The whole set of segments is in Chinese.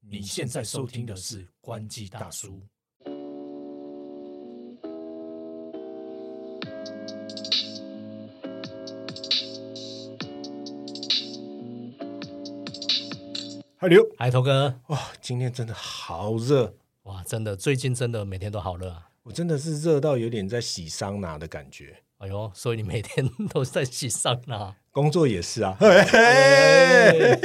你现在收听的是《关机大叔》。嗨刘，哎，头哥，哇、今天真的好热，哇，真的，最近真的每天都好热啊！我真的是热到有点在洗桑拿的感觉。哎呦，所以你每天都在洗桑拿，工作也是啊，嘿嘿嘿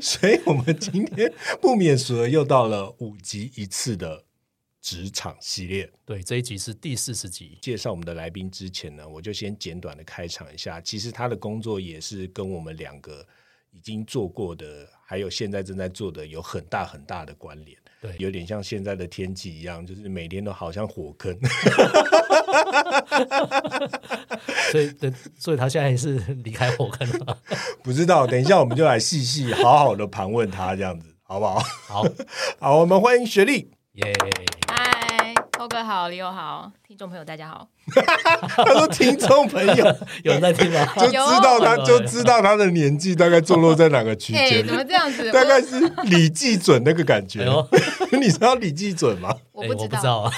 所以我们今天不免俗的又到了五集一次的职场系列。对，这一集是第四十集，介绍我们的来宾之前呢，我就先简短的开场一下。其实他的工作也是跟我们两个已经做过的，还有现在正在做的有很大很大的关联。对有点像现在的天气一样，就是每天都好像火坑。 所以，对，所以他现在也是离开火坑了。不知道，等一下我们就来细细好好的盘问他，这样子好不好？ 好，好，我们欢迎学历。耶、嗨，涛哥好，李友好，听众朋友大家好。他说：“听众朋 友有人在听吗？ 就知道他就知道他的年纪大概坐落在哪个区哎、间，怎么这样子？ 大概是李济准那个感觉哎。呦， 你知道李济准吗？我哎我我不不知知道。道啊，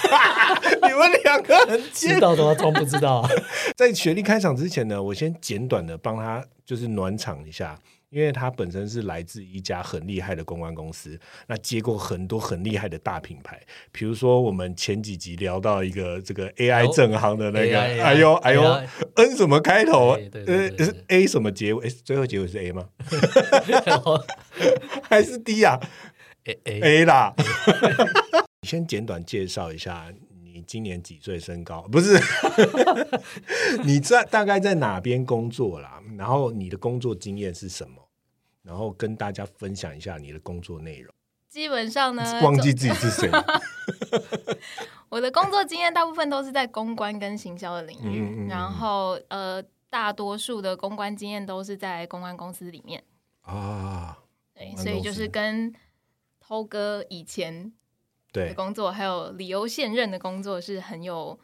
你们两个很知贱。道的话装不知道 啊。在学历开场之前呢，我先简短的帮他就是暖场一下，因为他本身是来自一家很厉害的公关公司，那接过很多很厉害的大品牌，比如说我们前几集聊到一个这个哎 AI 正行的那个， AI 哎呦哎呦 AI ，N 什么开头，哎对对对对呃是 A 什么结尾，诶最后结尾是 A 吗？ 然后还是 D 啊哎哎， ？A 啦。你先简短介绍一下，你今年几岁？身高不是？ 你在大概在哪边工作啦？然后你的工作经验是什么？然后跟大家分享一下你的工作内容。基本上呢，忘记自己是 谁，我的工作经验大部分都是在公关跟行销的领域，嗯嗯嗯嗯然后呃，大多数的公关经验都是在公关公司里面，啊？对公，关所以公就司是跟涛哥以前的对，工作，还有理由现任的工作是很有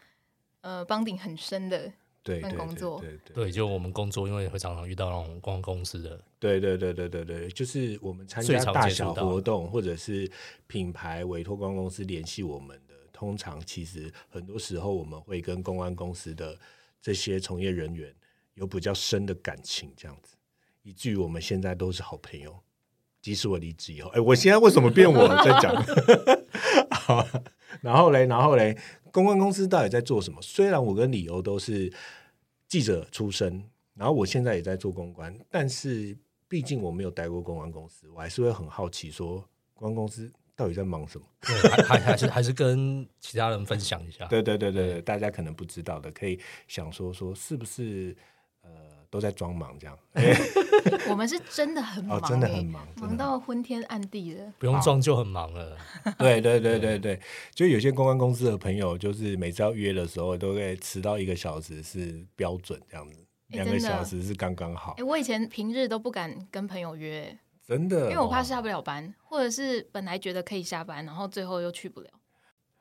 呃帮顶很 深的。对份对工作对对对，就我们工作，因为会常常遇到那种公关公司的，对对对对对对，就是我们参最加常大接触小到的活动，或者是品牌委托公关公司联系我们的，通常其实很多时候我们会跟公关公司的这些从业人员有比较深的感情，这样子，以至于我们现在都是好朋友。即使我离职以后，哎，我现在为什么变我在讲？ 好，然后嘞，然后嘞，公关公司到底在做什么？虽然我跟理由都是记者出身，然后我现在也在做公关，但是毕竟我没有待过公关公司，我还是会很好奇说，公关公司到底在忙什么？对还还还是还是跟其他人分享一下。对对对对对，大家可能不知道的，可以想说说是不是呃都在装忙这样？哎我们是真的很忙、哦欸，真的很忙真的忙很到昏天暗地的。不用装就很忙了，对对对对对，就有些公关公司的朋友，就是每次要约的时候都会迟到一个小时是标准这样子，哎两个真的小时是刚刚好哎、，我以前平日都不敢跟朋友约、真的。哦因为我怕下不了班，或者是本来觉得可以下班，然后最后又去不了。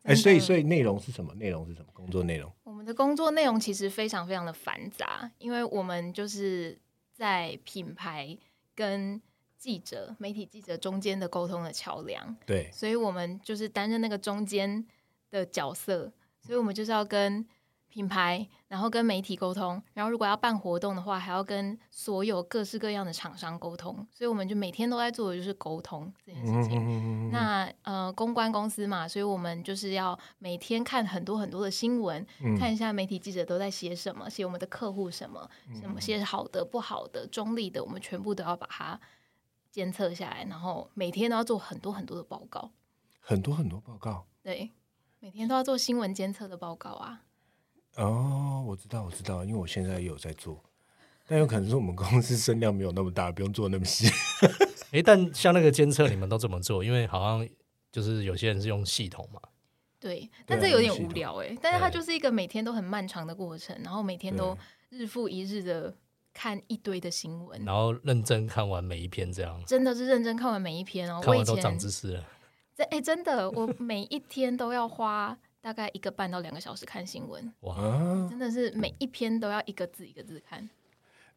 哎，所以所以以内容是什么？内容是什么？工作内容？我们的工作内容其实非常非常的繁杂，因为我们就是在品牌跟记者、媒体记者中间的沟通的桥梁，对，所以我们就是担任那个中间的角色，所以我们就是要跟。品牌，然后跟媒体沟通，然后如果要办活动的话，还要跟所有各式各样的厂商沟通，所以我们就每天都在做的就是沟通这件嗯事嗯情。嗯嗯嗯那呃，公关公司嘛，所以我们就是要每天看很多很多的新闻，嗯看一下媒体记者都在写什么，写我们的客户什么，什么写好的、不好的、中立的，我们全部都要把它监测下来，然后每天都要做很多很多的报告，很多很多报告。对，每天都要做新闻监测的报告啊。哦，我知道，我知道，因为我现在也有在做，但有可能是我们公司声量没有那么大，不用做那么细。 哎，但像那个监测你们都怎么做？因为好像就是有些人是用系统嘛，对，但对这啊有有点系无统聊哎、但是它对就是一个每天都很漫长的过程，然后每天都日复一日的看一堆的新闻，然后认真看完每一篇，这样真的是认真看完每一篇哦。看我以完都前长知识了。这哎、真的，我每一天都要花大概一个半到两个小时看新闻，哇，啊，真的是每一篇都要一个字一个字看。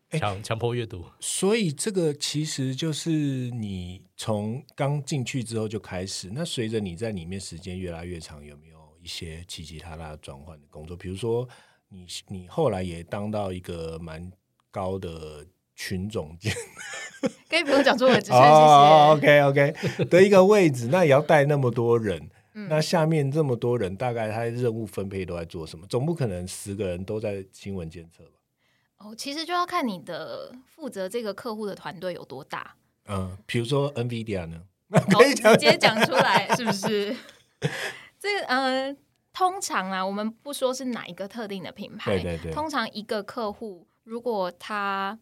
强强迫阅读，所以这个其实就是你从刚进去之后就开始。那随着你在里面时间越拉越长，有没有一些奇奇他他转换的工作？比如说你你后来也当到一个蛮高的群总监，可以不用讲出我的职称，哦谢谢。 ，OK OK 的一个位置，那也要带那么多人。嗯那下面这么多人，大概他的任务分配都在做什么？总不可能十个人都在新闻监测吧？哦，其实就要看你的负责这个客户的团队有 多大，嗯，比如说 NVIDIA 呢？ 哦，直接讲出来是不是？ 这个呃，通常啊，我们不说是哪一个特定的品牌，对对对通常一个客户如果他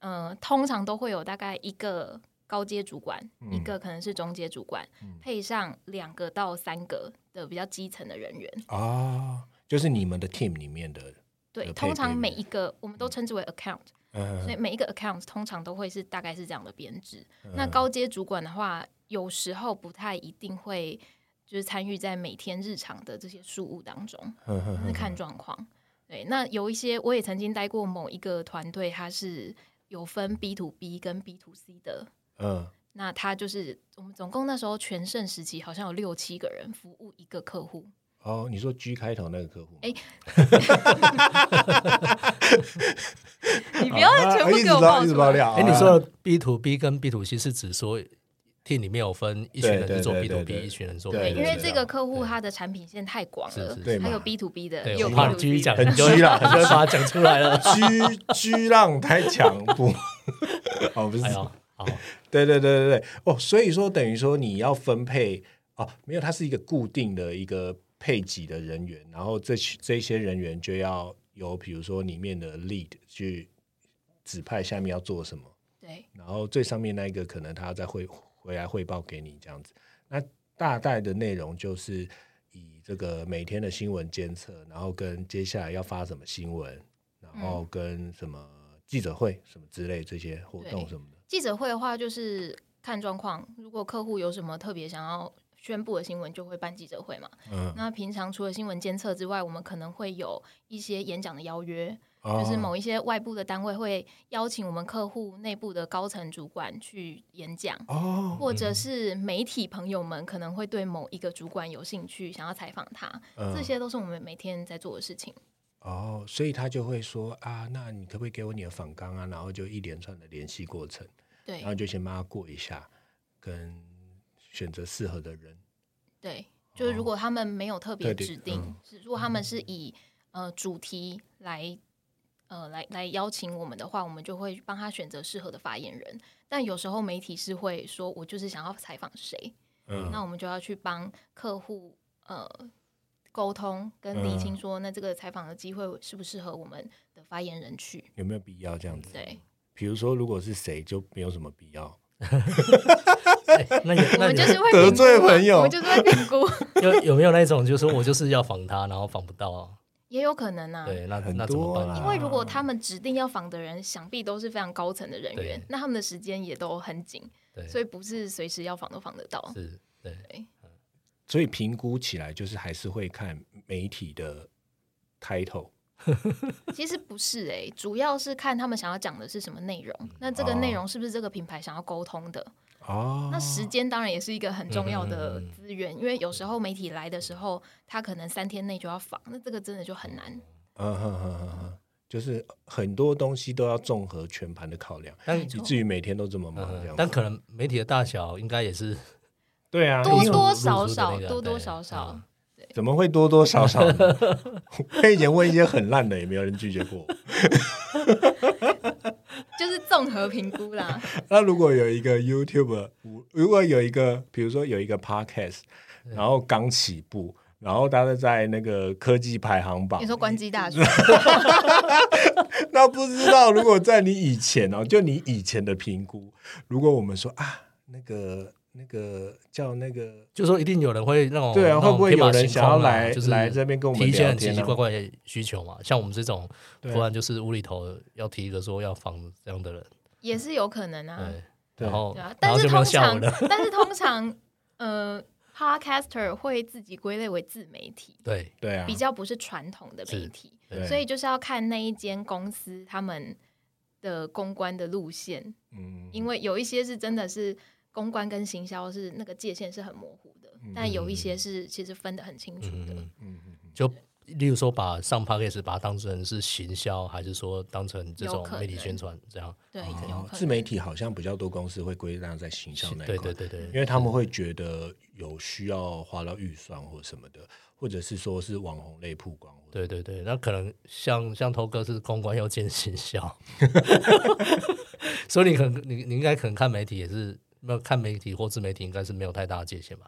呃，通常都会有大概一个高阶主管，嗯一个可能是中阶主管，配上两个到三个的比较基层的人员。哦，就是你们的 team 里面的，对，有配通常备每一个我们都称之为 account，嗯所以每一个 account 通常都会是大概是这样的编制。嗯那高阶主管的话，有时候不太一定会就是参与在每天日常的这些事务当中，嗯嗯是看状况。对，那有一些我也曾经待过某一个团队，它是有分 B to B 跟 B to C 的。嗯那它就是我们总共那时候全盛时期好像有六七个人服务一个客户，哦，你说 G 开头那个客户吗，哎你不要全啊部一直给我爆一直出爆来。料。啊哎、你说的 B to B 跟 B to C 是指说 team 里面有分一群人对是做对 B to 对 B，对一群人做 B，对对，因为这对个客户他的产品线太广是了是，对嘛还有 B to B 的，对也有我 B 怕你 to 继续 C 讲，很你就会虚 啦你就会把它讲出来了。 G G 浪太强 不？哦，不是哎，呦，好，对对对对对，哦，所以说等于说你要分配哦，没有，它是一个固定的一个配给的人员，然后这些这些人员就要由比如说里面的 lead 去指派下面要做什么，对，然后最上面那一个可能他再会回来汇报给你这样子。那大概的内容就是以这个每天的新闻监测，然后跟接下来要发什么新闻，然嗯后跟什么记者会什么之类这些活动什么的。记者会的话就是看状况，如果客户有什么特别想要宣布的新闻，就会办记者会嘛。嗯，那平常除了新闻监测之外，我们可能会有一些演讲的邀约，哦就是某一些外部的单位会邀请我们客户内部的高层主管去演讲。哦，或者是媒体朋友们可能会对某一个主管有兴趣，想要采访他，嗯这些都是我们每天在做的事情。哦，所以他就会说啊，那你可不可以给我你的访纲啊？然后就一连串的联系过程，对然后就先帮他过一下，跟选择适合的人。对，就是如果他们没有特别特定指定，是如果他们是以呃主题来呃来来邀请我们的话，我们就会帮他选择适合的发言人。但有时候媒体是会说，我就是想要采访谁，嗯那我们就要去帮客户呃沟通跟理嗯清说，那这个采访的机会适不适合我们的发言人去？有没有必要这样子？对。 比如说，如果是谁就没有什么必要。哎那有 我那们就有是得会评估罪嘛朋友我们就是会评估， 有有没有那一种，就是我就是要仿他，然后仿不到啊？也有可能啊。对，那很那怎么多办啦啊？因为如果他们指定要访的人，想必都是非常高层的人员对，那他们的时间也都很紧，对，所以不是随时要访都访得到。是，对，所以评估起来就是还是会看媒体的 title 其实不是诶、主要是看他们想要讲的是什么内嗯容，那这个哦内容是不是这个品牌想要沟通的？哦那时间当然也是一个很重要的嗯嗯嗯资源，因为有时候媒体来的时候，他可能三天内就要访，那这个真的就很难。哦嗯哼哼哼哼，就是很多东西都要综合全盘的考量， 但没以错至于每天都这么忙这嗯样，但子。可能媒体的大小应该也是对啊，多因为多入少入少的那个多多对少少嗯怎么会多多少少呢？ 我以前问一些很烂的，也没有人拒绝过我。就是综合评估 啦。 那如果有一个 YouTube，如果有一个，比如说有一个 Podcast，然后刚起步，然后他是在那个科技排行榜，你说关机 大叔， 那不知道，如果在你以前哦，就你以前的评估，如果我们说啊，那个那个叫那个，就说一定有人会那种对啊那会种不会天马有人行想要空啊来就是来这边跟我们提一些聊很奇天奇啊怪怪的需求嘛？像我们这种对突然就是无厘头要提一个说要防这样的人，也是有可能啊。对，对然后对啊，然但后是就没有通下文常了，， 但 是通常，呃，podcaster 会自己归类为自媒体，对，对啊，比较不是传统的媒体，对所以就是要看那一间公司他们的公关的路线，嗯，因为有一些是真的是公关跟行销是那个界限是很模糊的，但有一些是其实分得很清楚的。嗯，嗯嗯嗯就例如说把上 p a c k a g e 把它当成是行销，还是说当成这有种可能媒体宣传这样？对，有可哦能自媒体好像比较多公司会归纳在行销那一块，对对对对，因为他们会觉得有需要花到预算或什么的，或者是说是网红类曝光，对对对，那可能像像头哥是公关又兼行销， 所以你可能你你应该可能看媒体也是没有看媒体或自媒体应该是没有太大的界限吧？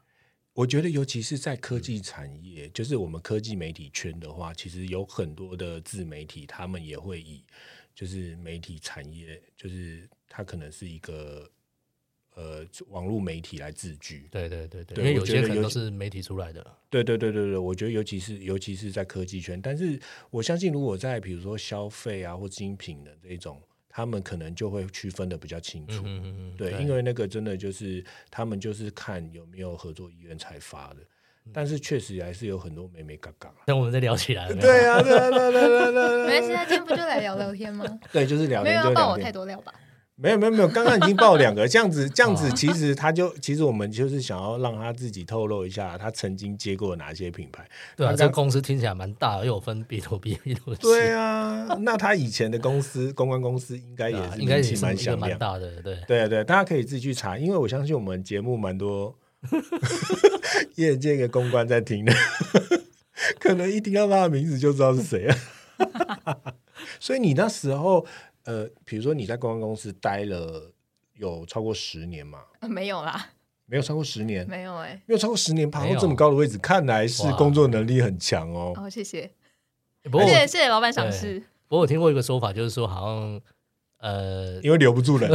我觉得，尤其是在科嗯技产业，就是我们科技媒体圈的话，其实有很多的自媒体，他们也会以就是媒体产业，就是它可能是一个呃网络媒体来自居。对对对对，对因为有我觉些得可能有都些是媒体出来的，对对对对对，我觉得尤其是尤其是在科技圈，但是我相信，如果在比如说消费啊或精品的这种，他们可能就会区分的比较清楚。嗯嗯嗯，对，因为那个真的就是他们就是看有没有合作意愿才发的，但是确实还是有很多美美嘎嘎啦。等我们再聊起 来了，对啊，对啊，对啊对啊对啊对啊没关系，那今天不就来聊聊天吗？对，就是 聊 没有天就要爆聊我太天，多料吧？没有没有没有，刚刚已经爆两个，这样子这样子，其实他就其实我们就是想要让他自己透露一下他曾经接过哪些品牌。对啊，刚这个公司听起来蛮大的，又有分 B to B、B to C，对 啊，那他以前的公司公关公司应该对也啊是应该名也气是蛮一个响蛮亮。大的，对对对，大家可以自己去查，因为我相信我们节目蛮 多业界的公关在听的， 可能一听到他的名字就知道是谁了。 所以你那时候，呃，比如说你在公关公司待了有超过十年嘛？呃没有啦，没有超过十年，没有哎、没有超过十年，爬没到有这么高的位置，看来是哇工作能力很强哦。哦，谢谢，不过我谢谢谢谢老板赏识。不过我听过一个说法，就是说好像呃，因为留不住 人，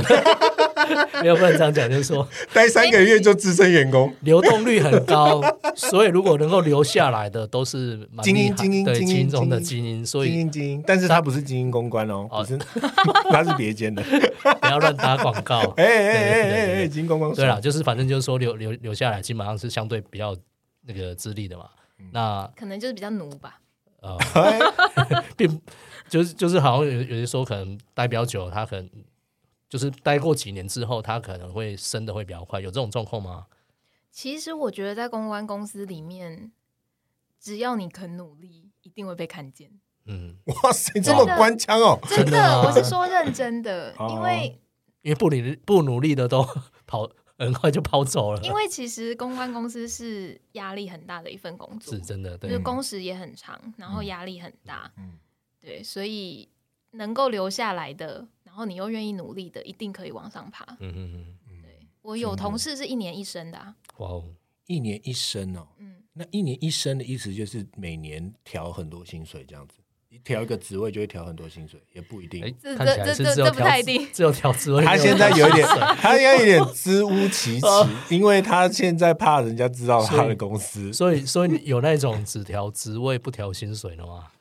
没有不能这样讲，就是说待三个月就资深员工。流动率很高，所以如果能够留下来的都是蛮精英厉害精英对精英精英中的精精英，所精以英精英，但是他不是精英公关哦，哦不是， 他是别间的。不要乱打广告 。哎哎哎对对对哎对哎，金光光对啦，就是反正就是说留留留下来，基本上是相对比较那个资历的嘛。那可能就是比较奴吧，呃，嗯哎， 并就是就是好像有有些时候可能待比较久，他可能就是待过几年之后，他可能会升的会比较快，有这种状况吗？其实我觉得在公关公司里面，只要你肯努力，一定会被看见。嗯，哇塞，这么官腔哦！真真的啊 我是说认真的，哦因为因为不努力不努力的都跑很快就跑走了，因为其实公关公司是压力很大的一份工作是，真的就对是。工时也很长，然后压力很大，嗯对，所以能够留下来的，然后你又愿意努力的，一定可以往上爬。嗯嗯嗯，对我有同事是一年一升的、啊，哇哦，一年一升哦，嗯，那一年一升的意思就是每年调很多薪水这样子，调一个职位就会调很多薪水，也不一哎定。，这看起来这是这只有这不太调一定只有调职 位。他没现在调有一点 薪水，他应该有点支吾其词，因为他现在怕人家知道他的公 司。所以，所以你有那种只调职位不调薪水的吗？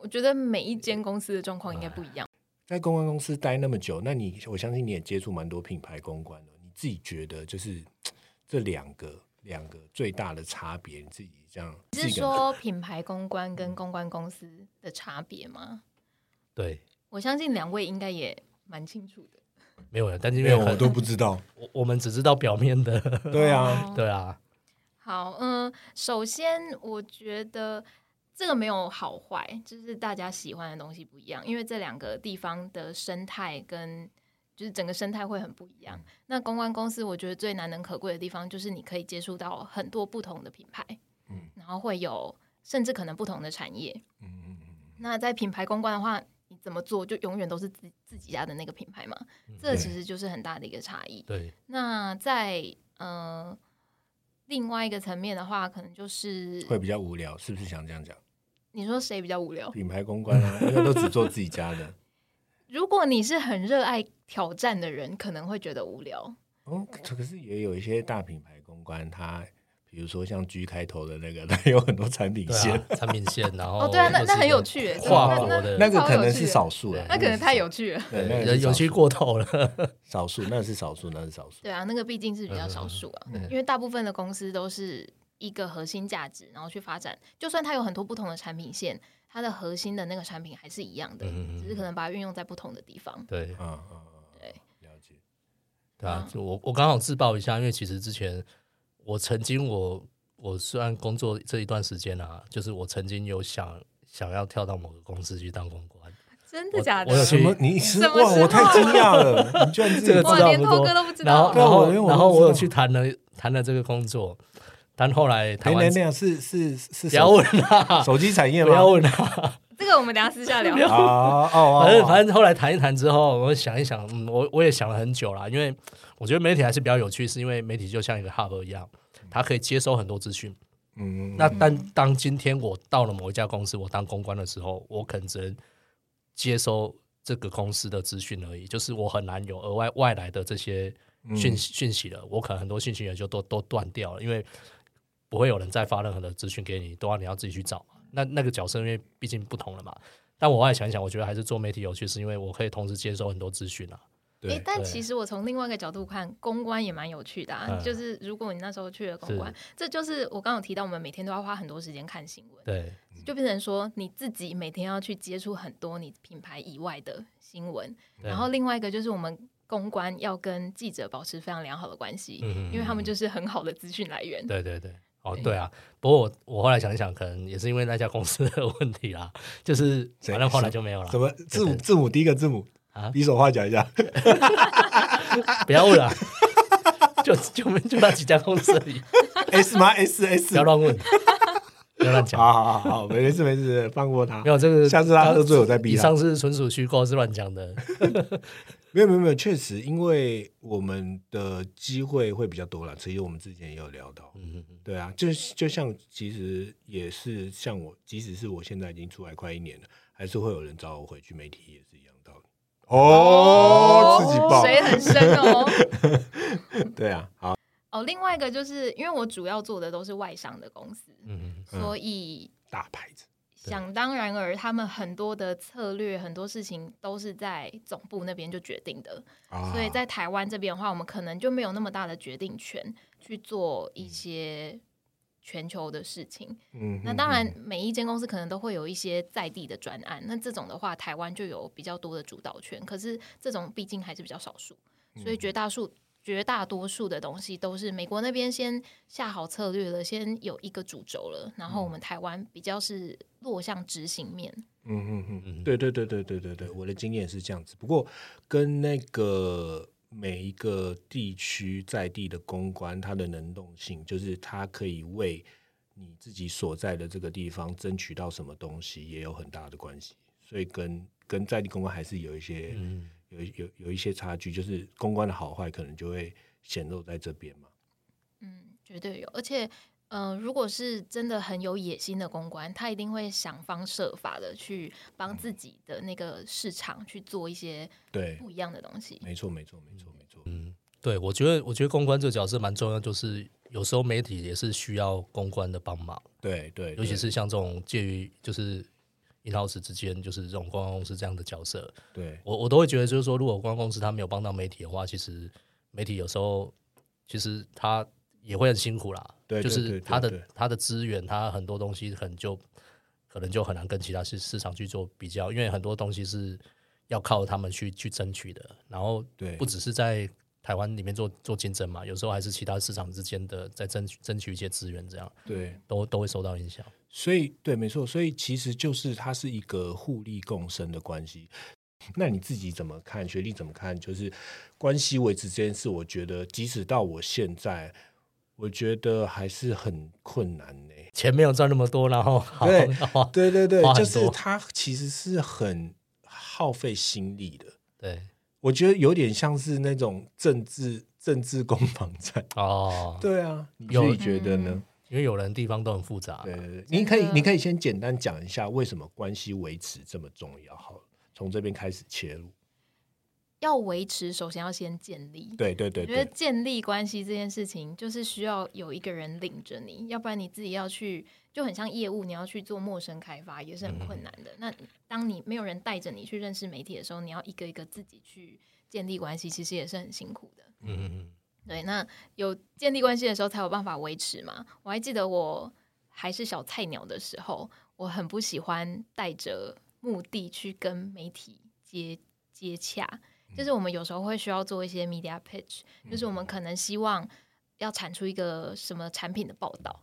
我觉得每一间公司的状况应该不一样。在公关公司待那么久，那你我相信你也接触蛮多品牌公关的，你自己觉得就是嘖这两个两个最大的差别，你自己这样你自是己感觉 说品牌公关跟公关公司的差别吗？对，我相信两位应该也蛮清楚的。没有，但是因没为有，我我都不知道。我我们只知道表面的， 对啊，哦对啊，好，嗯，首先我觉得这个没有好坏，就是大家喜欢的东西不一样，因为这两个地方的生态跟就是整个生态会很不一嗯样。那公关公司，我觉得最难能可贵的地方就是你可以接触到很多不同的品牌，嗯，然后会有甚至可能不同的产业。嗯嗯嗯，那在品牌公关的话，你怎么做就永远都是自自己家的那个品牌嘛，嗯这其实就是很大的一个差异。对，那在呃另外一个层面的话，可能就是会比较无聊，是不是想这样讲？你说谁比较无聊？品牌公关啊， 因为都只做自己家的。如果你是很热爱挑战的人，可能会觉得无聊。哦，可可是也有一些大品牌公关，它比如说像 G 开头的那个， 它有很多产品对线，啊，产品线， 然后哦，对啊，那或是那很有趣耶，这跨那国那的那个超可能有趣是的少数哎了，啊那可能太有趣了。 对，那对个是有趣少数过头了，少数，那是少数，那是少数。对啊，那个毕竟是比较嗯少数啊，因为大部分的公司都是一个核心价值，然后去发展。就算它有很多不同的产品线，它的核心的那个产品还是一样的，嗯只是可能把它运用在不同的地方。对啊啊，啊对，了解。对啊啊，就我我刚好自曝一下，因为其实之前我曾经我我虽然工作这一段时间啊，就是我曾经有想想要跳到某个公司去当公关，真的假的？我有什去么？你是什么哇？时候啊我太惊讶了，你居 然自己这个哇，知道连不透多哥都不知然后道。然后对啊我连我都然后不我有知道去谈了谈了这个工作，但后来台等湾等等，哎是是是不要问啊，手机产业不吗？要问啊，这个我们等一下私下聊。啊哦哦，反正正反正后来谈一谈之后，我想一想，嗯，我我也想了很久啦，因为我觉得媒体还是比较有趣，是因为媒体就像一个 hub 一样，它可以接收很多资讯。嗯，那但当今天我到了某一家公司，我当公关的时候，我可能只能接收这个公司的资讯而已，就是我很难有额外外来的这些讯息讯息了。我可能很多讯息也就都都断掉了，因为不会有人再发任何的资讯给你，都要你要自己去找嘛。那那个角色因为毕竟不同了嘛。但我后来想一想，我觉得还是做媒体有趣，是因为我可以同时接收很多资讯啊。 诶，对但对其实我从另外一个角度看，公关也蛮有趣的、啊。嗯就是如果你那时候去了公关，这就是我刚刚有提到，我们每天都要花很多时间看新闻，对，就变成说你自己每天要去接触很多你品牌以外的新闻。对然后另外一个就是我们公关要跟记者保持非常良好的关系，嗯因为他们就是很好的资讯来源。对对对，哦对对啊，不过我我后来想一想，可能也是因为那家公司的问题啦，就是谁反正后来就没有了什。么字母对对字母第一个字母啊比手画脚一 下，不要问了啊， 就 就就那几家公司而已， S 吗？S 不 S，要好乱问， 不要乱讲。好好好，没事没事，放过他没。有这个，下次他喝醉我再逼以他上。是纯属虚构，是乱讲的。 没有没有没有，确实，因为我们的机会会比较多了。其实我们之前也有聊到，嗯，对啊，就就像其实也是像我，即使是我现在已经出来快一年了，还是会有人找我回去媒体，也是一样道理。哦，自己报，水很深哦。对啊，好，哦，另外一个就是因为我主要做的都是外商的公司，嗯，嗯所以大牌子，想当然而他们很多的策略、很多事情都是在总部那边就决定的，啊所以在台湾这边的话，我们可能就没有那么大的决定权去做一些全球的事情。嗯那当然，每一间公司可能都会有一些在地的专案，那这种的话，台湾就有比较多的主导权。可是这种毕竟还是比较少数，所以嗯绝大数、绝大多数的东西都是美国那边先下好策略了，先有一个主轴了，然后我们台湾比较是落向执行面。嗯嗯嗯，对对对对对对对，我的经验是这样子。不过跟那个每一个地区在地的公关，它的能动性，就是它可以为你自己所在的这个地方争取到什么东西，也有很大的关系。所以跟跟在地公关还是有一些、嗯有一有有一些差距，就是公关的好坏可能就会显露在这边嘛。嗯，绝对有。而且，嗯、如果是真的很有野心的公关，他一定会想方设法的去帮嗯自己的那个市场去做一些对，不一样的东西。没错没错没错没错。嗯，对，我觉得我觉得公关这个角色蛮重要，就是有时候媒体也是需要公关的帮忙。对对，尤其对是像这种介于就是引号师之间，就是这种公关公司这样的角色，对我我都会觉得就是说，如果公关公司他没有帮到媒体的话，其实媒体有时候其实他也会很辛苦啦。对就对对是他对的对他的资源，他很多东西可能就可能就很难跟其他市市场去做比较，因为很多东西是要靠他们去去争取的。然后对不只是在台湾里面做做竞争嘛，有时候还是其他市场之间的在争取争取一些资源，这样对。都都会受到影响。所以对，没错，所以其实就是它是一个互利共生的关系。那你自己怎么看？学历怎么看？就是关系维持这件事，我觉得即使到我现在，我觉得还是很困难呢、钱没有赚那么多，然后好对好对对对花，很就多是它其实是很耗费心力的。对我觉得有点像是那种政治政治攻防战。哦，对啊，你自有己觉得呢？嗯因为有人地方都很复杂，对对对，你可以你可以先简单讲一下为什么关系维持这么重要？好了，从这边开始切入。要维持，首先要先建立。对对对我觉得对，建立关系这件事情，就是需要有一个人领着你，要不然你自己要去，就很像业务，你要去做陌生开发也是很嗯困难的。那当你没有人带着你去认识媒体的时候，你要一个一个自己去建立关系，其实也是很辛苦的。嗯嗯对，那有建立关系的时候才有办法维持嘛。我还记得我还是小菜鸟的时候，我很不喜欢带着目的去跟媒体接接洽。就是我们有时候会需要做一些 media pitch，就是我们可能希望要产出一个什么产品的报道，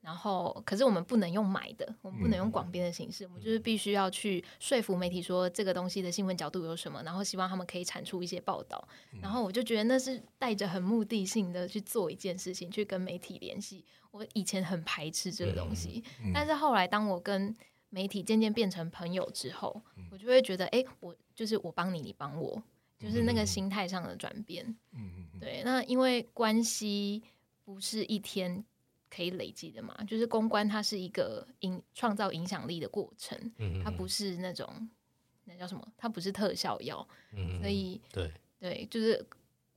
然后可是我们不能用买的，我们不能用广编的形式，我们就是必须要去说服媒体说这个东西的新闻角度有什么，然后希望他们可以产出一些报道。然后我就觉得那是带着很目的性的去做一件事情，去跟媒体联系。我以前很排斥这个东西，嗯但是后来当我跟媒体渐渐变成朋友之后，嗯我就会觉得，哎、我就是我帮你，你帮我，就是嗯那个心态上的转变。嗯嗯对，那因为关系不是一天可以累积的嘛，就是公关它是一个影创造影响力的过程，嗯它不是那种那叫什么，它不是特效药，嗯所以对，对，就是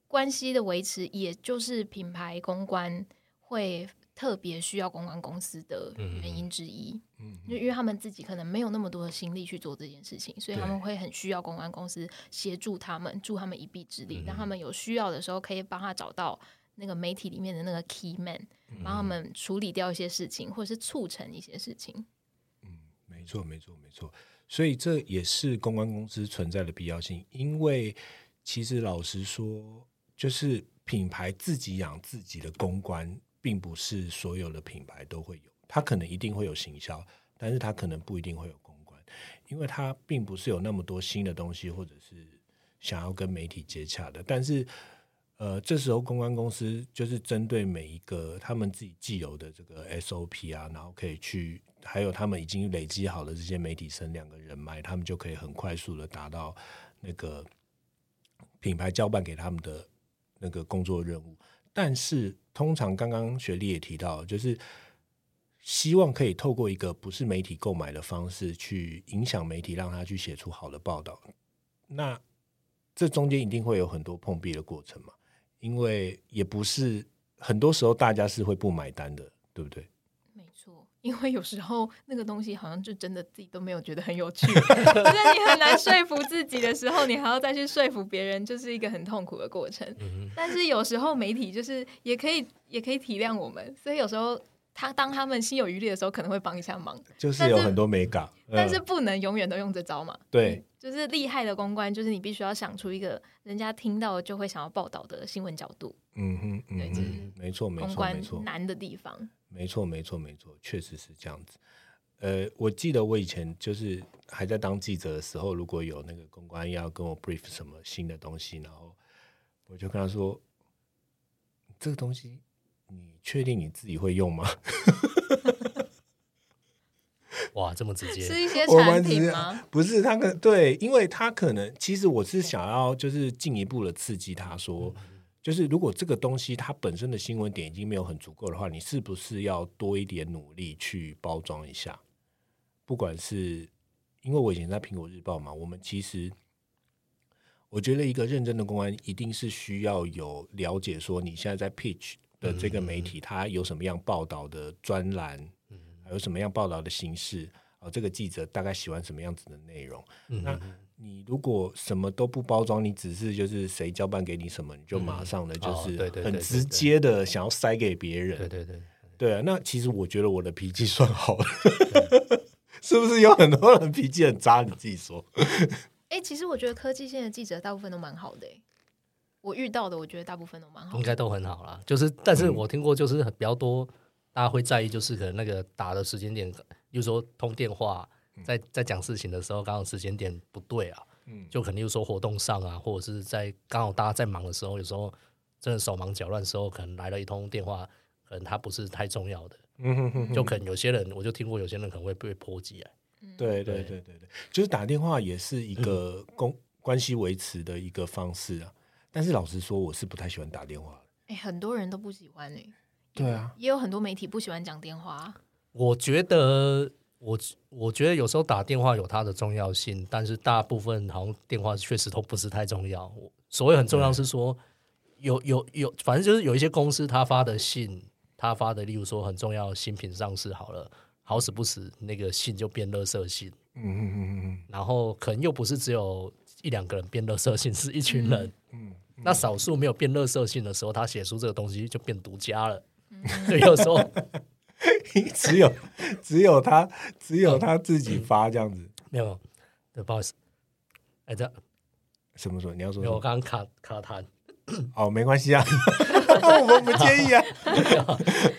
关系的维持，也就是品牌公关会特别需要公关公司的嗯原因之一。嗯就因为他们自己可能没有那么多的心力去做这件事情，所以他们会很需要公关公司协助他们，助他们一臂之力，让他们有需要的时候可以帮他找到那个媒体里面的那个 key man，帮他嗯们处理掉一些事情，或者是促成一些事情。嗯，没错，没错，没错。所以这也是公关公司存在的必要性，因为其实老实说，就是品牌自己养自己的公关，并不是所有的品牌都会有，它可能一定会有行销，但是它可能不一定会有公关，因为它并不是有那么多新的东西，或者是想要跟媒体接洽的，但是。呃，这时候公关公司就是针对每一个他们自己既有的这个 SOP 啊，然后可以去，还有他们已经累积好的这些媒体声量跟人脉，他们就可以很快速的达到那个品牌交办给他们的那个工作任务。但是，通常刚刚学历也提到，就是希望可以透过一个不是媒体购买的方式去影响媒体，让他去写出好的报道。那这中间一定会有很多碰壁的过程嘛，因为也不是很多时候大家是会不买单的，对不对？没错，因为有时候那个东西好像就真的自己都没有觉得很有趣， 就是你很难说服自己的时候，你还要再去说服别人，就是一个很痛苦的过程。嗯但是有时候媒体就是也可以也可以体谅我们，所以有时候他当他们心有余力的时候，可能会帮一下忙，就是但有是很多美感，但是嗯、不能永远都用这招嘛。对，就是厉害的公关，就是你必须要想出一个人家听到就会想要报道的新闻角度，嗯哼，对嗯这哼是，没错，没公错，关没错，难的地方。没错，没错，没错，确实是这样子。呃，我记得我以前就是还在当记者的时候，如果有那个公关要跟我 brief 什么新的东西，然后我就跟他说：“这个东西你确定你自己会用吗？”哇，这么直接，是一些我们产只品是吗？不是他可对，因为他可能其实我是想要就是进一步的刺激他说，就是如果这个东西它本身的新闻点已经没有很足够的话，你是不是要多一点努力去包装一下？不管是因为我以前在苹果日报嘛，我们其实我觉得一个认真的公关一定是需要有了解说你现在在 pitch 的这个嗯媒体，它有什么样报道的专栏，有什么样报道的形式，哦，这个记者大概喜欢什么样子的内容。嗯那你如果什么都不包装，你只是就是谁交办给你什么，你就马上的就哦是对对对很对直对接的想要塞给别人，对对对，对啊，那其实我觉得我的脾气算好了， 是不是有很多人脾气很渣？你自己说，哎、其实我觉得科技线的记者大部分都蛮好的、欸我遇到的我觉得大部分都蛮好应哦的。该都很好啦。就是，但是我听过就是很比较多，大家会在意就是可能那个打的时间点，例如说通电话，在在讲事情的时候，刚好时间点不对啊，嗯就可能又说活动上啊，或者是在刚好大家在忙的时候，有时候真的手忙脚乱的时候，可能来了一通电话，可能它不是太重要的，嗯哼哼哼就可能有些人我就听过有些人可能会被波及啊，对对对对对，就是打电话也是一个公、关系维持的一个方式啊。但是老实说，我是不太喜欢打电话的。哎、很多人都不喜欢哎、对啊，也有很多媒体不喜欢讲电话啊、我觉得我我觉得有时候打电话有它的重要性，但是大部分好像电话确实都不是太重要。我所谓很重要是说，有有有，反正就是有一些公司他发的信，他发的，例如说很重要的新品上市好了，好死不死那个信就变垃圾信，嗯嗯嗯嗯然后可能又不是只有一两个人变垃圾信，是一群人。嗯那少 数没有变垃圾信的时候，他写出这个东西就变独家了。所以有时候 只有只有他只有他自己发这样子。没有，对，不好意思，哎，这样嗯什么时候你要说没什有，我么？刚刚卡卡痰， 哦，没关系啊， 我们不介意啊，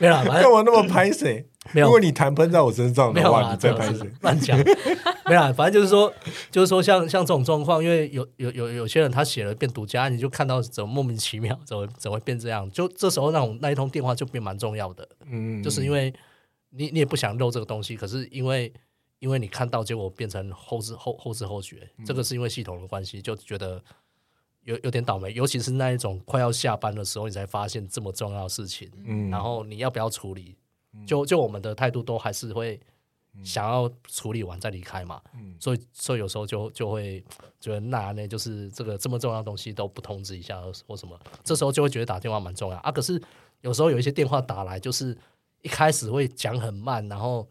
没有啦， 反干 正嘛那么拍水？没有如果你痰喷在我身上没的有话，啦，你再这拍种水事。乱讲， 没有啦，反正就是说，就是说像像这种状况，因为有有有有些人他写了变独家，你就看到怎么莫名其妙，怎么怎么会变这样？就这时候那种那一通电话就变蛮重要的，嗯，就是因为你你也不想漏这个东西，可是因为因为你看到结果变成后知后后知后觉，这个是因为系统的关系，就觉得有有点倒霉，尤其是那一种快要下班的时候，你才发现这么重要的事情，嗯然后你要不要处理？就就我们的态度都还是会想要处理完再离开嘛，所以所以有时候就就会觉得那呢，就是这个这么重要的东西都不通知一下或什么，这时候就会觉得打电话蛮重要啊。可是有时候有一些电话打来，就是一开始会讲很慢，然后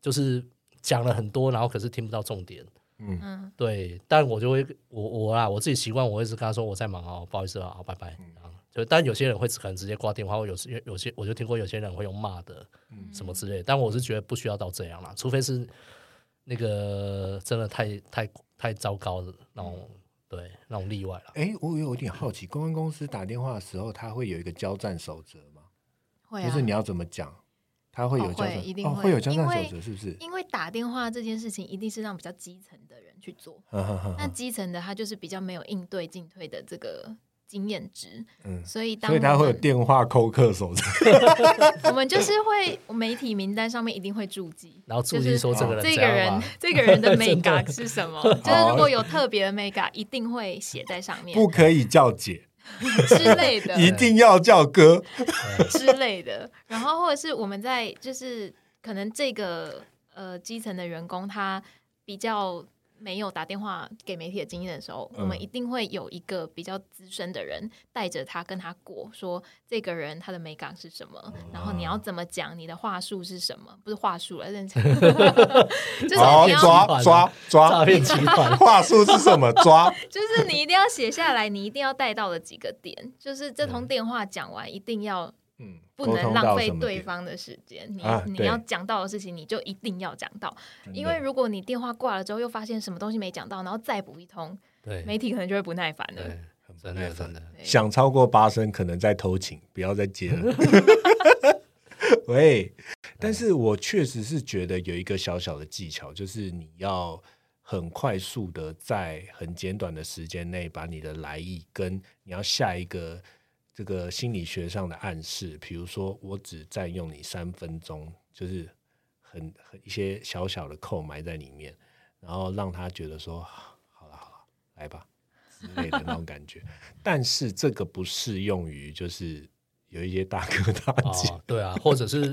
就是讲了很多，然后可是听不到重点。嗯，对，但我就会我我啊啦，我自己习惯，我会是跟他说我在忙哦，不好意思啊，好拜拜。这嗯样就但有些人会可能直接挂电话，或有时有有些我就听过有些人会用骂的，嗯什么之类的。但我是觉得不需要到这样啦，除非是那个真的太太太糟糕的那种，嗯对那种例外啦。哎，我有点好奇，公关公司打电话的时候，他会有一个交战守则吗？会就啊是，你要怎么讲，他会有哦交战会一，定哦，会会有交战因为守则，是不是？因为打电话这件事情一定是让比较基层的人去做，哈哈哈那哈基层的他就是比较没有应对进退的这个经验值，嗯，所以当所以他我会有们电话扣客守则。我们就是会媒体名单上面一定会注记，然后注就意是说哦这个人这怎个样人嘛，这个人 的真的 mega 是什么？就是如果有特别的 mega，一定会写在上哦面不可以叫姐，之类的，一定要叫哥。之类的。然后或者是我们在就是可能这个呃基层的员工他比较没有打电话给媒体的经验的时候，嗯我们一定会有一个比较资深的人带着他跟他过，说这个人他的美感是什么，然后你哦要怎么讲，你的话术是什么，不是话术了，认真 就是好你要抓抓诈抓，骗集团。话术是什么？ 抓。就是你一定要写下来，你一定要带到的几个点，就是这通电话讲完一定要嗯，不沟能通浪到费什么对点，方的时间。你、啊你对要讲到的事情，你就一定要讲到，真的因为如果你电话挂了之后又发现什么东西没讲到，然后再补一通，对媒体可能就会不耐烦了。对，真的真的。 对想超过八声，可能在偷情，不要再接 了。 喂，但是我确实是觉得有一个小小的技巧，就是你要很快速的在很简短的时间内把你的来意跟你要下一个这个心理学上的暗示，比如说我只占用你三分钟，就是很很一些小小的扣埋在里面，然后让他觉得说好了好了，来吧之类的那种感觉。 但是这个不适用于就是有一些大哥大姐。哦，对啊，或者是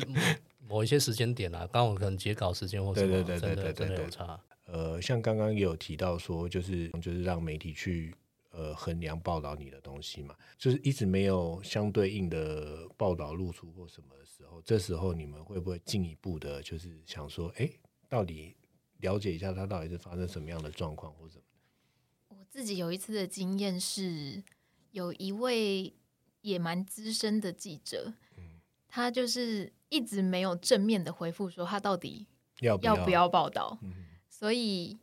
某一些时间点啊，刚好可能截稿时间或什么，对啊对对对真的对真的对有差。呃，像刚刚也有提到说，就是就是让媒体去呃衡量报道你的东西嘛，就是一直没有相对应的报道露出或什么的时候，这时候你们会不会进一步的，就是想说，哎，到底了解一下它到底是发生什么样的状况或者我自己有一次的经验是，有一位也蛮资深的记者，嗯他就是一直没有正面的回复说他到底要不要要不要报道，嗯所以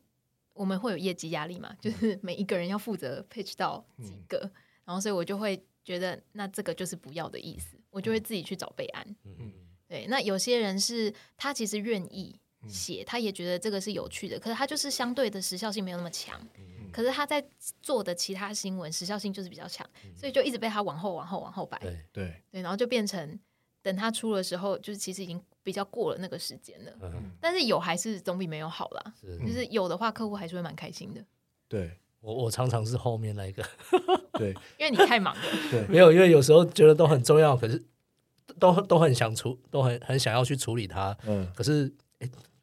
我们会有业绩压力嘛，就是每一个人要负责 pitch 到几个，然后所以我就会觉得那这个就是不要的意思，我就会自己去找备案。嗯，对，那有些人是他其实愿意写，他也觉得这个是有趣的，可是他就是相对的时效性没有那么强。可是他在做的其他新闻时效性就是比较强，所以就一直被他往后、往后、往后摆。对，对，对，然后就变成等他出的时候，就是其实已经比较过了那个时间了。嗯，但是有还是总比没有好啦。是就是有的话，客户还是会蛮开心的，对我我常常是后面那一个，对，因为你太 忙了。没有，因为有时候觉得都很重要，可是都都很想处，都很很想要去处理它，嗯，可是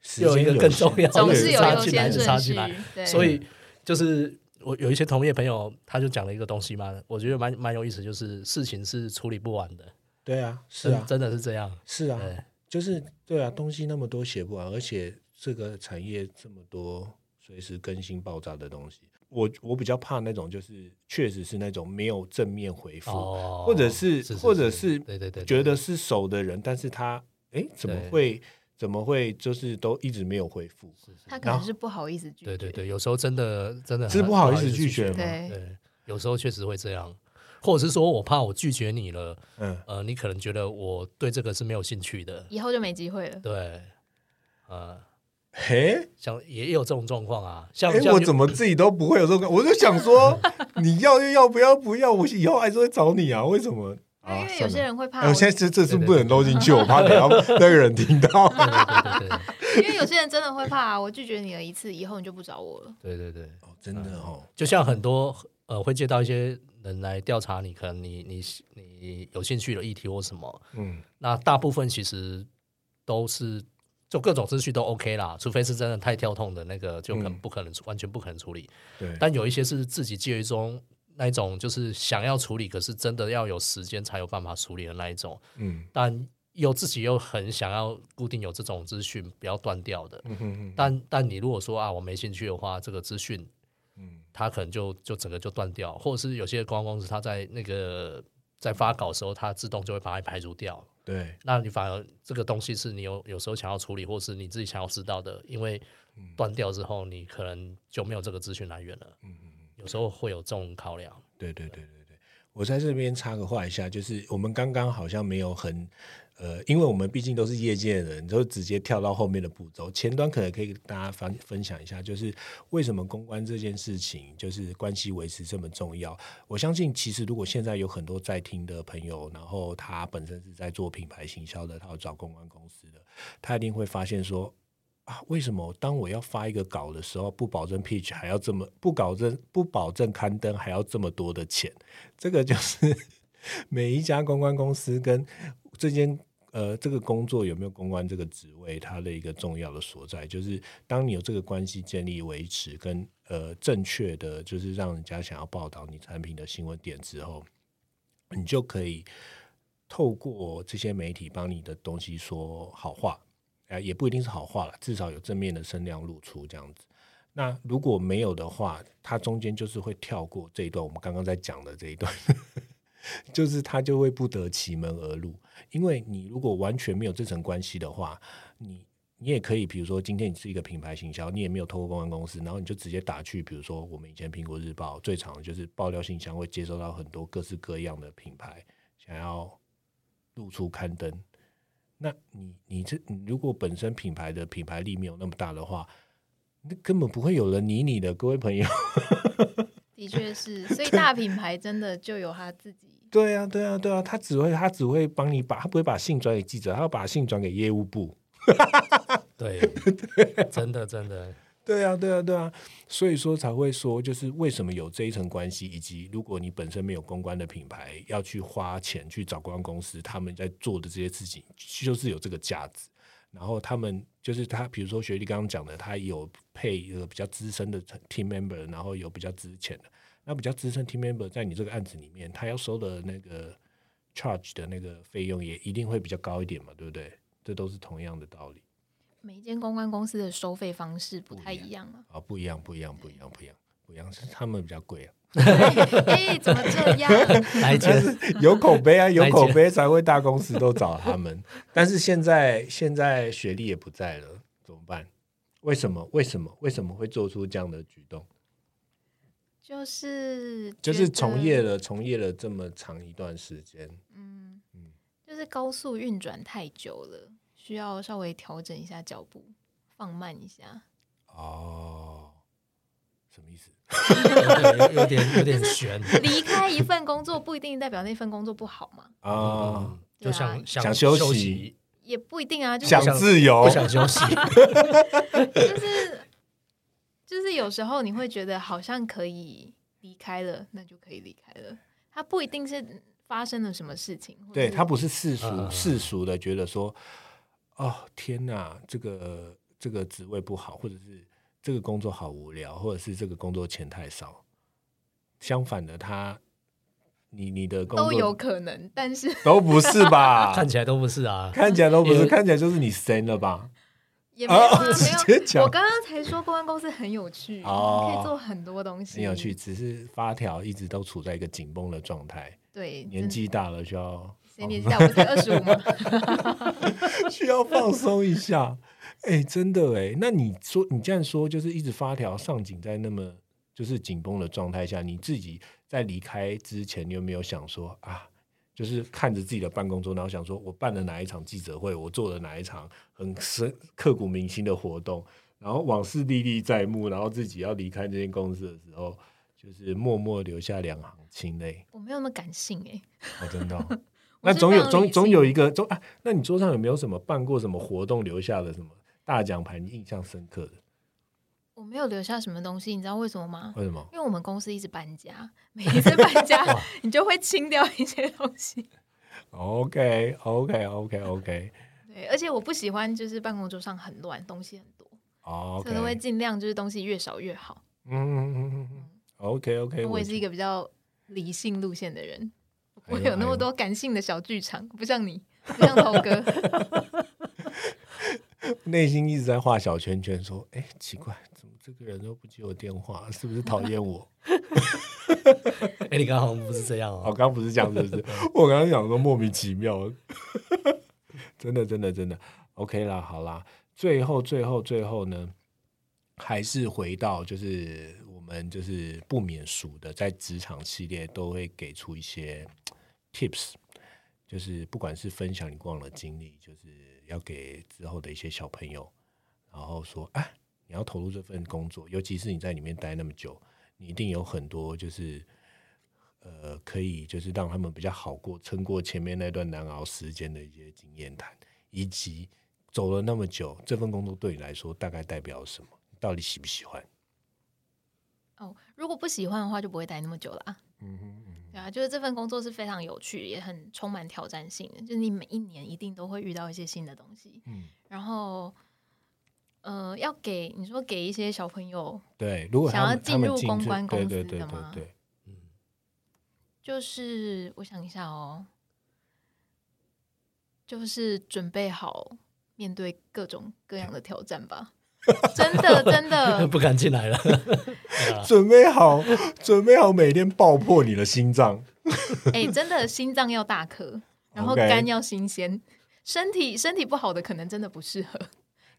时 又有一间个更重要限总的是有插优进来先的顺插序进来，对，所以就是我有一些同业朋友，他就讲了一个东西嘛，我觉得蛮蛮有意思，就是事情是处理不完的，对啊，是啊真，真的是这样，是啊，对就是对啊，东西那么多写不完，而且这个产业这么多随时更新爆炸的东西，我我比较怕那种就是确实是那种没有正面回复，哦，或者是是或者是对对对，对觉得是熟的人，但是他诶哎，怎么对会怎么会就是都一直没有回复？他可能是不好意思拒绝，对对嗯对，有时候真的真的是很不好意思拒绝吗？对对，有时候确实会这样，或者是说我怕我拒绝你了，嗯，呃，你可能觉得我对这个是没有兴趣的，以后就没机会了。对，呃，嘿，像也有这种状况啊，像哎，像我你怎么自己都不会有这种感，我就想 说你要就要，不要不要，我以后还是会找你啊，为什么？啊，因为有算些了人会怕哎，我我现在这这次不能录进去，我怕等下那个人听到。对对对因为有些人真的会怕、我拒绝你了一次，以后你就不找我了。对对对对，哦，真的哦，就像很多呃会接到一些人来调查你，可能你你你有兴趣的议题或什么，嗯，那大部分其实都是就各种资讯都 OK 啦，除非是真的太跳痛的那个，就可能嗯不可能、完全不可能处理。对，但有一些是自己介于中那一种，就是想要处理，可是真的要有时间才有办法处理的那一种，嗯但又自己又很想要固定有这种资讯不要断掉的。嗯哼哼但但你如果说啊我没兴趣的话，这个资讯嗯它可能就就整个就断掉，或者是有些公关公司它在那个在发稿的时候，它自动就会把它排除掉。对，那你反而这个东西是你有有时候想要处理，或是你自己想要知道的，因为断掉之后，你可能就没有这个资讯来源了。嗯嗯。有时候会有这种考量。对对对对对，我在这边插个话一下，就是我们刚刚好像没有很呃，因为我们毕竟都是业界的人，就直接跳到后面的步骤。前端可能可以跟大家分分享一下，就是为什么公关这件事情，就是关系维持这么重要。我相信，其实如果现在有很多在听的朋友，然后他本身是在做品牌行销的，他有找公关公司的，他一定会发现说。啊，为什么当我要发一个稿的时候，不保证 pitch 还要这么不保证不保证刊登还要这么多的钱？这个就是 每一家公关公司跟这间呃这个工作有没有公关这个职位，它的一个重要的所在，就是当你有这个关系建立、维持跟呃正确的，就是让人家想要报道你产品的新闻点之后，你就可以透过这些媒体帮你的东西说好话，呃，也不一定是好话了，至少有正面的声量露出这样子。那如果没有的话，它中间就是会跳过这一段我们刚刚在讲的这一段， 就是它就会不得其门而入。因为你如果完全没有这层关系的话，你你也可以，比如说今天你是一个品牌行销，你也没有透过公关公司，然后你就直接打去，比如说我们以前苹果日报最常就是爆料信箱会接收到很多各式各样的品牌想要露出刊登。那你你这你如果本身品牌的品牌力没有那么大的话，那根本不会有人理你的，各位朋友。 的确是，所以大品牌 真的就有他自己。对啊，对啊，对啊，他只会他只会帮你把，他不会把信转给记者，他要把信转给业务部。 对，真的真的，对啊，对啊，对啊，所以说才会说，就是为什么有这一层关系，以及如果你本身没有公关的品牌，要去花钱去找公关公司，他们在做的这些事情，就是有这个价值。然后他们就是他，比如说学历刚刚讲的，他有配一个比较资深的 team member，然后有比较值钱的。那比较资深 team member 在你这个案子里面，他要收的那个 charge 的那个费用也一定会比较高一点嘛，对不对？这都是同样的道理。每一间公关公司的收费方式不太一样啊。 啊，不一样，不一样，不一样，不一样，不一样，是他们比较贵啊，哎，怎么这样？哪一间？ 有口碑 啊，有了解口碑才会大公司都找他们。但是现在现在学历也不在了，怎么办？为什么？为什么？为什么会做出这样的举动？就是就是觉得从业，了，从业了这么长一段时间，嗯嗯，就是高速运转太久了，需要稍微调整一下脚步，放慢一下。哦，什么意思？有有点有点悬。离开一份工作不一定代表那份工作不好嘛，啊、嗯，就对啊想想休休息，也不一定啊。就是想自由不，想休息。就是就是有时候你会觉得好像可以离开了，那就可以离开了。它不一定是发生了什么事情，或对是他不是世俗、嗯嗯嗯世俗的觉得说，哦天哪，这个这个职位不好，或者是这个工作好无聊，或者是这个工作钱太少。相反的，他你你的工作都有可能，但是都不是吧？ 看起来都不是啊，看起来都不是，有看起来就是你生了吧？也没有、啊哦直接没有。讲我刚刚才说公关公司很有趣，哦可以做很多东西，很有趣，。只是发条一直都处在一个紧绷的状态，对，年纪大了需要。 真的谁年纪大？我才二十五嘛。需要放松一下。哎、真的哎、那你说你这样说，就是一直发条上紧在那么就是紧绷的状态下，你自己在离开之前，你有没有想说啊？就是看着自己的办公桌，然后想说，我办了哪一场记者会，我做了哪一场很深刻骨铭心的活动，然后往事历历在目，然后自己要离开这间公司的时候，就是默默留下两行清泪。 我没有那么感性哎、 哦，真 的哦、我那是总非有常总理总性有一个总啊，那你桌上有没有什么办过什么活动留下的什么大奖牌你印象深刻的？我没有留下什么东西，你知道为什么吗？为什么？因为我们公司一直搬家，每一次搬家你就会清掉一些东西。 OK OK OK OK 对，而且我不喜欢就是办公桌上很乱，东西很多，所 OK，以我都会尽量就是东西越少越好。嗯嗯嗯嗯嗯，OK OK，我也是一个个比较理性路线的人，哎呦我有那么多感性的小剧场，不像你，不像头哥。 内心一直在画小圈圈，说，哎，奇怪，怎么这个人都不接我电话，是不是讨厌我？ 哎、你刚刚好像不是这样我哦、刚刚不是这样，是不是？我刚刚想说莫名其妙， 真的，真的，真的，OK 啦，好啦，最后，最后，最后呢，还是回到就是我们就是不免俗的，在职场系列都会给出一些 tips，就是不管是分享你过往的经历，就是要给之后的一些小朋友，然后说，哎、你要投入这份工作，尤其是你在里面待那么久，你一定有很多就是呃，可以就是让他们比较好过，撑过前面那段难熬时间的一些经验谈，以及走了那么久，这份工作对你来说大概代表什么？你到底喜不喜欢？哦，如果不喜欢的话，就不会待那么久了啊。对啊，就是这份工作是非常有趣，也很充满挑战性的。就是你每一年一定都会遇到一些新的东西，嗯，然后，呃，要给你说给一些小朋友，对，如果他们想要进入他们公关公司对对对的对吗对，就是我想一下哦，就是准备好面对各种各样的挑战吧。真的，真的，不敢进来了。对啊准备好，准备好每天爆破你的心脏。 哎、真的心脏要大颗，然后 OK 肝要新鲜，身体身体不好的可能真的不适合，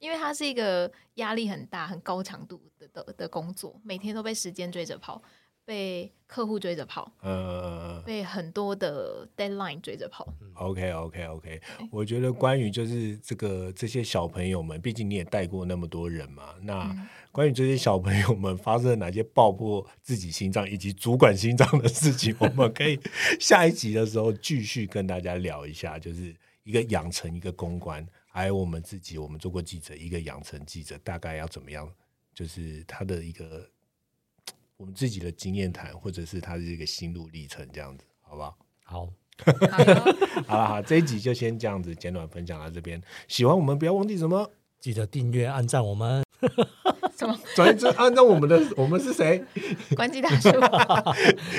因为它是一个压力很大、很高强度的的的工作，每天都被时间追着跑，被客户追着跑，呃被很多的 deadline 追着跑。 ，OK OK OK，我觉得关于就是这个这些小朋友们，毕竟你也带过那么多人嘛，那关于这些小朋友们发生了哪些爆破自己心脏以及主管心脏的事情，我们可以下一集的时候继续跟大家聊一下，就是一个养成一个公关，还有我们自己，我们做过记者，一个养成记者大概要怎么样，就是他的一个我们自己的经验谈，或者是他的一个心路历程，这样子，好不好？好，好哟好了，好，这一集就先这样子简短分享到这边。喜欢我们，不要忘记什么，记得订阅、按赞我们。 什么转一转，按照我们的，我们是谁？关机大叔？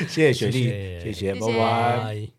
谢谢雪莉，谢谢谢，谢拜谢拜。拜。